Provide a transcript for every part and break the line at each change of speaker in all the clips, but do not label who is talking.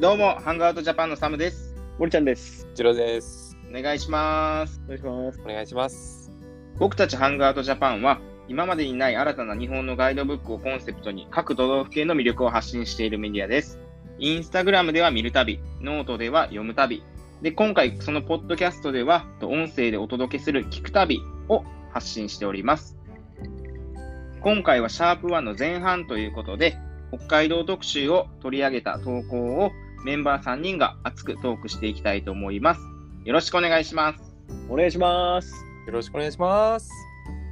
どうも、ハングアウトジャパンのサムです。
森ちゃんです。
ジローです。
お願いします。
お願いします。
お願いします。
僕たちハングアウトジャパンは、今までにない新たな日本のガイドブックをコンセプトに各都道府県の魅力を発信しているメディアです。インスタグラムでは見る旅、ノートでは読む旅、で、今回そのポッドキャストでは、と音声でお届けする聞く旅を発信しております。今回はシャープ1の前半ということで、北海道特集を取り上げた投稿をメンバー3人が熱くトークしていきたいと思います。よろしくお願いします。
お願いします。
よろしくお願いします。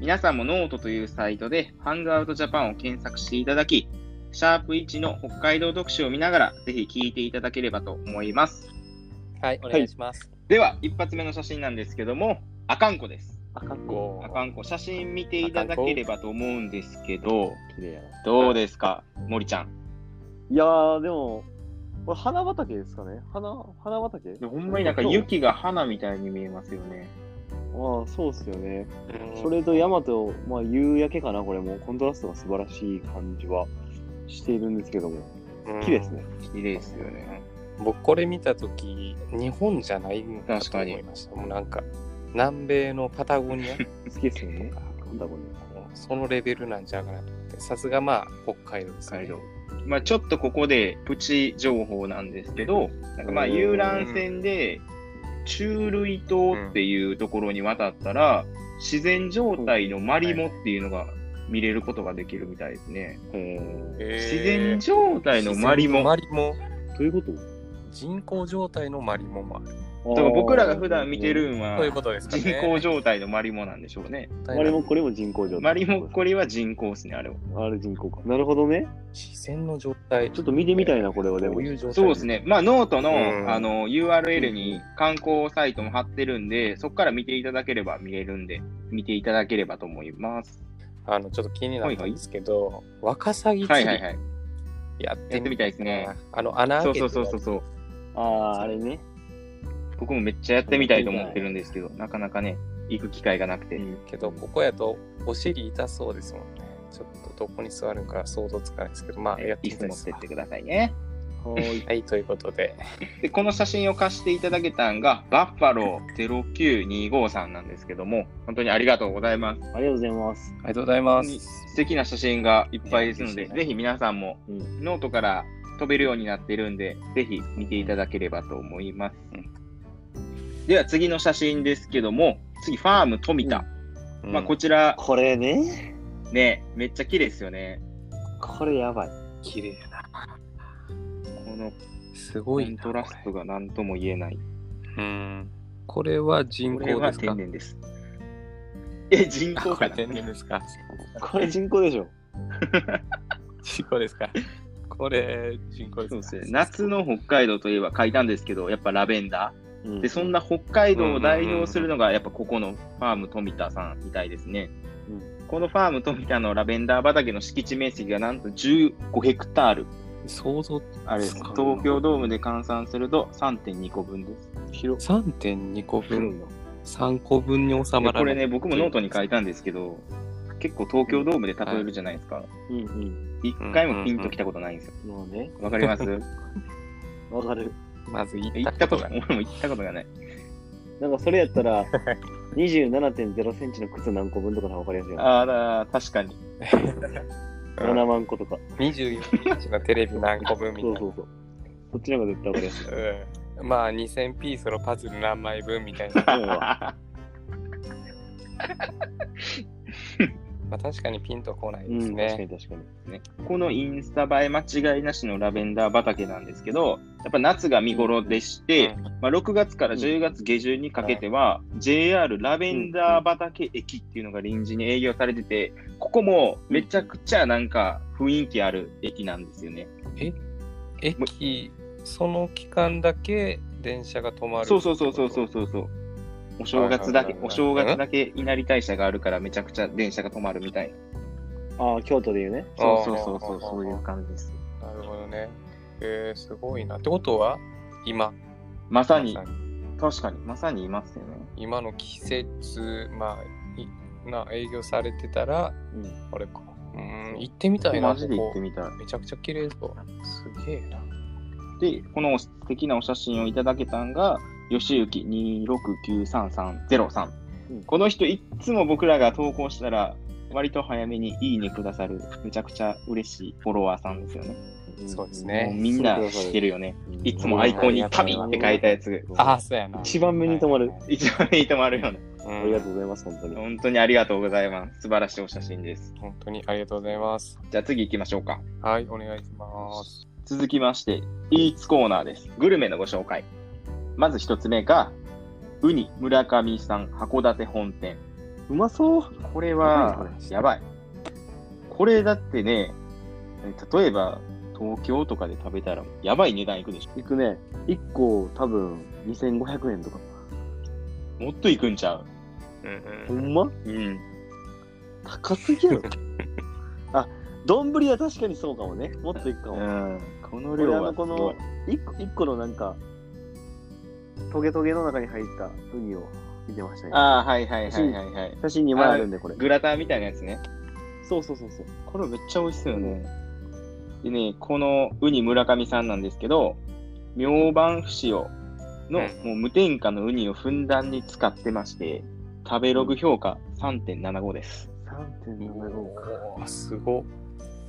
皆さんもノートというサイトでハングアウトジャパンを検索していただき、シャープ1の北海道特集を見ながら、ぜひ聞いていただければと思います。
はい、お
願
願
い
いします。
では、一発目の写真なんですけども、アカンコです。
あかっこ
こ
アカンコ、写真見ていただければと思うんですけど、
綺麗やな。
どうですか、森ちゃん。
いやー、でも、これ花畑ですかね花、花畑
ほんまになんか雪が花みたいに見えますよね。
まあ、そうっすよね。
う
それと山と、まあ、夕焼けかなこれも、コントラストが素晴らしい感じはしているんですけども、綺麗です。ね。
綺麗ですよね。
うん僕これ見たとき、日本じゃないんだと思いました。もうなんか、南米のパタゴニアと
好きですよね。
か、
なんだこれ。
もうそのレベルなんちゃうかなと思って、さすがまあ、北海道ですね。
北海道。まあ、ちょっとここでプチ情報なんですけど、なんかまあ遊覧船で中類島っていうところに渡ったら、自然状態のマリモっていうのが見れることができるみたいですね。
え
へー
自然状態のマリモ。
マリモ。
ー、どういうこと
人工状態のマリモもある。
だから僕らが普段見てるんは
そういうことですかね。
人工状態のマリモなんでしょうね。
あれもこれも人工状態。
マリモこれは人工ですね、あれは。
あれ人工か。なるほどね。
自然の状態。
ちょっと見てみたいな、これはで
ど
も
う。いう状態
そうですね。まあ、ノートの,、
うん
あの URL に観光サイトも貼ってるんで、そこから見ていただければ見れるんで、見ていただければと思います。
あのちょっと気になったんですけど、ワカサギ
は
釣
い
り
はいはい。
やって
やってみたいですね。
あの穴
そ
開
う
け
そうそうそうそう。
ああ、あれね。
僕もめっちゃやってみたいと思ってるんですけど、なかなかね、行く機会がなくて。
けどここやとお尻痛そうですもんね。ちょっとどこに座るんか想像つかないですけど、まあやって
椅
みた
子持
いで
っ
す
て
ね
ってくださいね。
はーい。
はい、ということで、
で、この写真を貸していただけたんが、バッファロー0925さんなんですけども、本当にありがとうございます。
ありがとうございます。
ありがとうございま
本当に素敵な写真がいっぱいですの
い
で、
や嬉しいね
ぜひ皆さんも
うん。
ノートから飛べるようになってるんで、ぜひ見ていただければと思います。では次の写真ですけども、次、ファーム富田。まあ、こ
ち
ちら
これね。
ね、めっちゃ綺麗ですよね。
これやばい。
綺麗な。
この
す
コ
ごい
ン
な。
トラストが何とも言えない。
うん。これは人
これ
工
は
ですか
天然です。え、人
あ
工
こ
か
れ
な
天然ですか
これ人工でしょ。
人工ですかこれ人工です
そ
か
うですね。夏の北海道といえば書いたんですけど、やっぱラベンダー。で、そんな北海道を代表するのが、やっぱここのファーム富田さんみたいですね。このファーム富田のラベンダー畑の敷地面積がなんと15ヘクタール。
想像
あれです。
そう
東京ドームで換算すると3.2個分です。
広
3.2個
く
分、3個分に収
い
ま
や
ら
こ
な
れ
い。
ね、僕もノートに書いたんですけど、結構東京ドームで例えるじゃないですか。
うんうん。
一回もピンときたことないんですよ。
もうね、
わかります
わかる。
まず
行
行
っ
った
こ
たこと
がな。
とがないい。
俺も行ったことがない。
なんかそれやっ たら、27.0センチの靴何個分とかの方がわかりやすいよね。
ああ、確かに。
7万個とか。
24インチのテレビ何個分みた
そ
いうな。
そうそう。そっちの方が絶対わか りやすい。
うんまあ2000ピースのパズル何枚分みたいな。
そうやわ
まあ確かにピンとこないうです
ん、確か
ね。
に確かに。
ねこのインスタ映え間違いなしのラベンダー畑なんですけど、やっぱ夏が見頃でして、まあ、6月から10月下旬にかけては、JR ラベンダー畑駅っていうのが臨時に営業されてて、ここもめちゃくちゃなんか雰囲気ある駅なんですよね。
うん駅、その期間だけ電車が止まる。
そうそうそうそうそう。そうそう。お正月だけ、お正月だけ稲荷大社があるからめちゃくちゃ電車が止まるみたいな。
ああ、京都で言うね。
そうそうそうそう、そういう感じです。
なるほどね。えー、すごいな。ってことは今。
まさに、確かに、まさにいますよね。
今の季節、まあ、いな営業されてたら、
うん
あれか。うん、行ってみたいな。
マジで行って
こ
みたい。
こめちゃくちゃ綺麗そう。すげえな。
で、この素敵なお写真をいただけたんが、吉行2693303さん
うん
この人、いっつも僕らが投稿したら、割と早めにいいねくださる、めちゃくちゃ嬉しいフォロワーさんですよね。
そうですね
もうみんな知ってるよね。いつもアイコンに旅って書いたやつ、
ああ、そうやな。
一番目に留まる
はい
一番目に留まるような。
はい
あ
はい
り
う
が
ん
とうございます、本当に。
本当にありがとうございます。素晴らしいお写真です。
本当にありがとうございます。
じゃあ次行きましょうか。
はい、お願いします。
続きまして、イーツコーナーです。グルメのご紹介。まず一つ目が、ウニ村上さん函館本店。
うまそう。
これは
やばいこれ
やばい。これだってね、例えば東京とかで食べたらやばい値段いくでし
いくね。1個多分2500円とか。
ょ。もっといくんちゃう。
うん
ほんま
うん。
高すぎや ろ。あ、丼は確かにそうかもね。もっといくかも。
この
俺
量
あ
は
の
す
こ
ご
の
い。
一個一個のなんかトゲトゲの中に入ったウニを見てましたね
ああ、はいはいはいはいはい。
写真2枚あるんでこれ
グラタンみたいなやつね。
そうそうそうそう
これめっちゃ美味しそうよね。でね、このウニ村上さんなんですけど、明晩不使用の、
うん
もう無添加のウニをふんだんに使ってまして、食べログ評価3.75です。
3.75か
おーすごっ。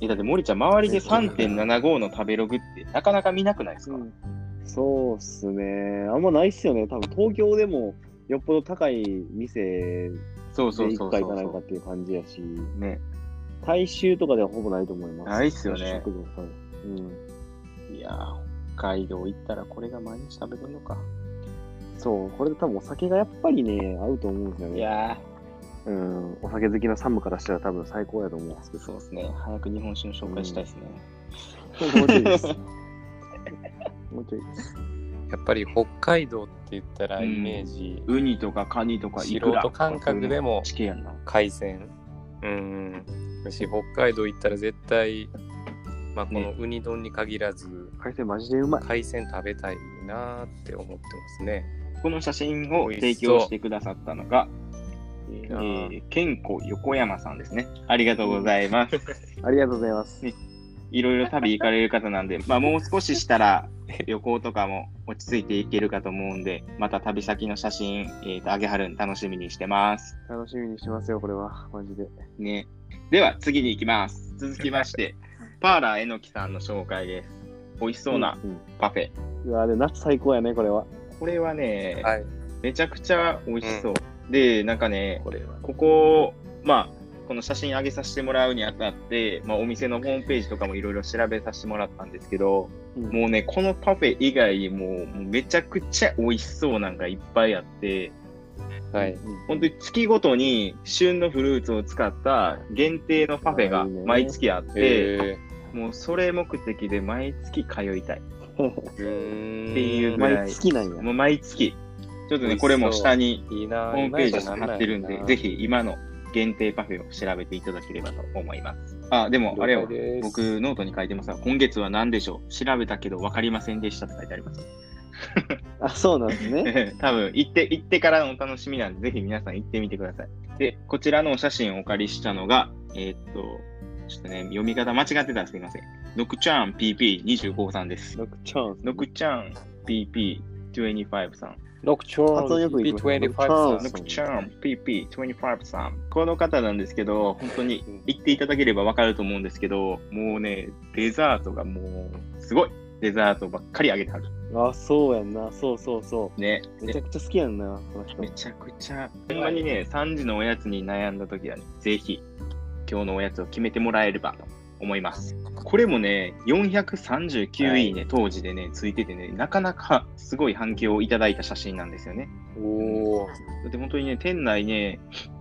え、だって森ちゃん、周りで3.75の食べログってなかなか見なくないですか、
うんそうっすねあんまないっすよね多分東京でもよっぽど高い店で
そうそうそ
1
うそ
回行かないか
う。
っていう感じやし
ね、
大衆とかではほぼないと思います
ないっすよね
食堂さんうん
いやー、北海道行ったらこれが毎日食べれるのか。
そうこれで多分お酒がやっぱりね合うと思うんですよ
い
ね
や
うんお酒好きなサムからしたら多分最高やと思うんですけ
ー、
ど
そうですね。早く日本酒の紹介したいですね。
もうちょいです。 もうちょいです。
やっぱり北海道って言ったらイメージ、
ウニとかカニとかイク
素
ラ
人感覚でも
地形やんな。
海鮮。うん。だし、北海道行ったら絶対、まあ、このウニ丼に限らず、
海鮮マジでうまい。
海鮮食べたいなーって思ってますね。
この写真を提供してくださったのが、え
いな
ー、健康横山さんですね。ありがとうございます。
ありがとうございます。
いろいろ旅行かれる方なんで、まあ、もう少ししたら旅行とかも落ち着いていけるかと思うんで、また旅先の写真、えーとあげはるん楽しみにしてます。
楽しみにしてますよ、これは。マジで。
ね。では、次に行きます。続きま して、パーラーえのきさんの紹介です。美味しそうな
うん。
パフェ。
うわ、で、夏最高やね、これは。
これはね、
はい。
めちゃくちゃ美味しそう。で、なんかね、
これは。
ここ、まあ、この写真上げさせてもらうにあたって、まあ、お店のホームページとかもいろいろ調べさせてもらったんですけど、
うん
もうね、このパフェ以外にもう、もうめちゃくちゃ美味しそうなんかいっぱいあって、
はい。
本当に月ごとに旬のフルーツを使った限定のパフェが
あいいね
毎月あって、
え
もうそれ目的で毎月通いたい。
ー、うん
っていうぐらい
毎月なんや。
もう毎月。ちょっと
美味
ね、
しそう
これも下に
いいな
ホ
ー
ームページに貼ってるん
い
で
まい、ち
ぜひ今の限定パフェを調べていただければと思います。あ、でも、あ
わ
れ
から
は
んな了解です
僕、ノートに書いてますが、今月は何でしょう調べたけど分かりませんでしたって書いてあります。
あ、そうなんで すね。
多分、行って、行ってからのお楽しみなんで、ぜひ皆さん行ってみてください。で、こちらのお写真をお借りしたのが、えーっと、ちょっとね、読み方間違ってたらすいません。ノクチャーン PP25 さんです。
ノクチャンス。
ノクチャーン PP25 さん。
ロックチョ
発音よく行く
B25
ロックチョーン
さ
ノクチャーン PP25 さん。この方なんですけど、本当に行っていただければわかると思うんですけど、もうね、デザートがもう、すごいデザートばっかりあげてある。
あ、そうやんな。そうそうそ
ね。
う。めちゃくちゃ好きやんな、この人
め。ちゃくちゃ、ほんまにね、3時のおやつに悩んだ時はね、ぜひ、今日のおやつを決めてもらえればと思います。これもね、439位ね、当時でね、ついててね、なかなか すごい反響をいただいた写真なんですよね。
ん。おー
だって本当にね、店内ね、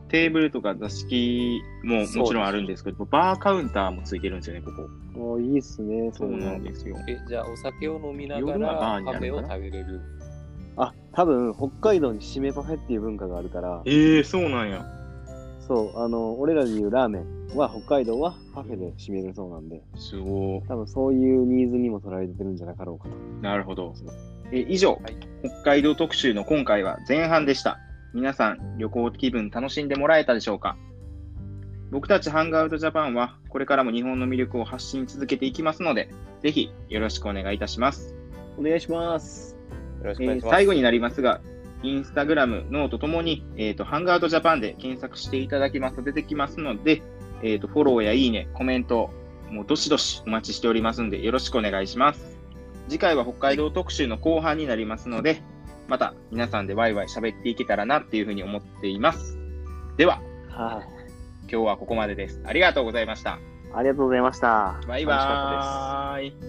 テーブルとか座敷ももちろんあるんですけど、バーカウンターもついてるんですよね、ここ。
もういいっすね、そ
そう
う
な
なんん
ですよ。
え、じゃあお酒を飲みなが
夜はバー
ら
にな
パフ
る
ェ
の
を
かな
食べれる。
あ、多分、北海道に締めパフェっていう文化があるから、
ええそうなんや。
そう、あの、俺らで言うラーメンは、北海道はパフェで締めるそうなんで、
すご
多分そういうニーズにも取られてるんじゃなかろうかと。
い。なるほど。え以上、北海道特集の今回は前半でした。皆さん、旅行気分楽しんでもらえたでしょうか僕たちハンガーアウトジャパンは、これからも日本の魅力を発信続けていきますので、ぜひよろしくお願いいたします。
お願いします。
ろしくお
え
願い
ー
します。
最後になりますが、インスタグラム、ノートともに、えっ、と、ハンガードジャパンで検索していただきますと出てきますので、えっ、と、フォローやいいね、コメント、もうどしどしお待ちしておりますので、よろしくお願いします。次回は北海道特集の後半になりますので、また皆さんでワイワイ喋っていけたらなっていうふうに思っています。では、
はい、
今日はここまでです。ありがとうございました。
ありがとうございました。
バイ
楽しかったです
バーイ。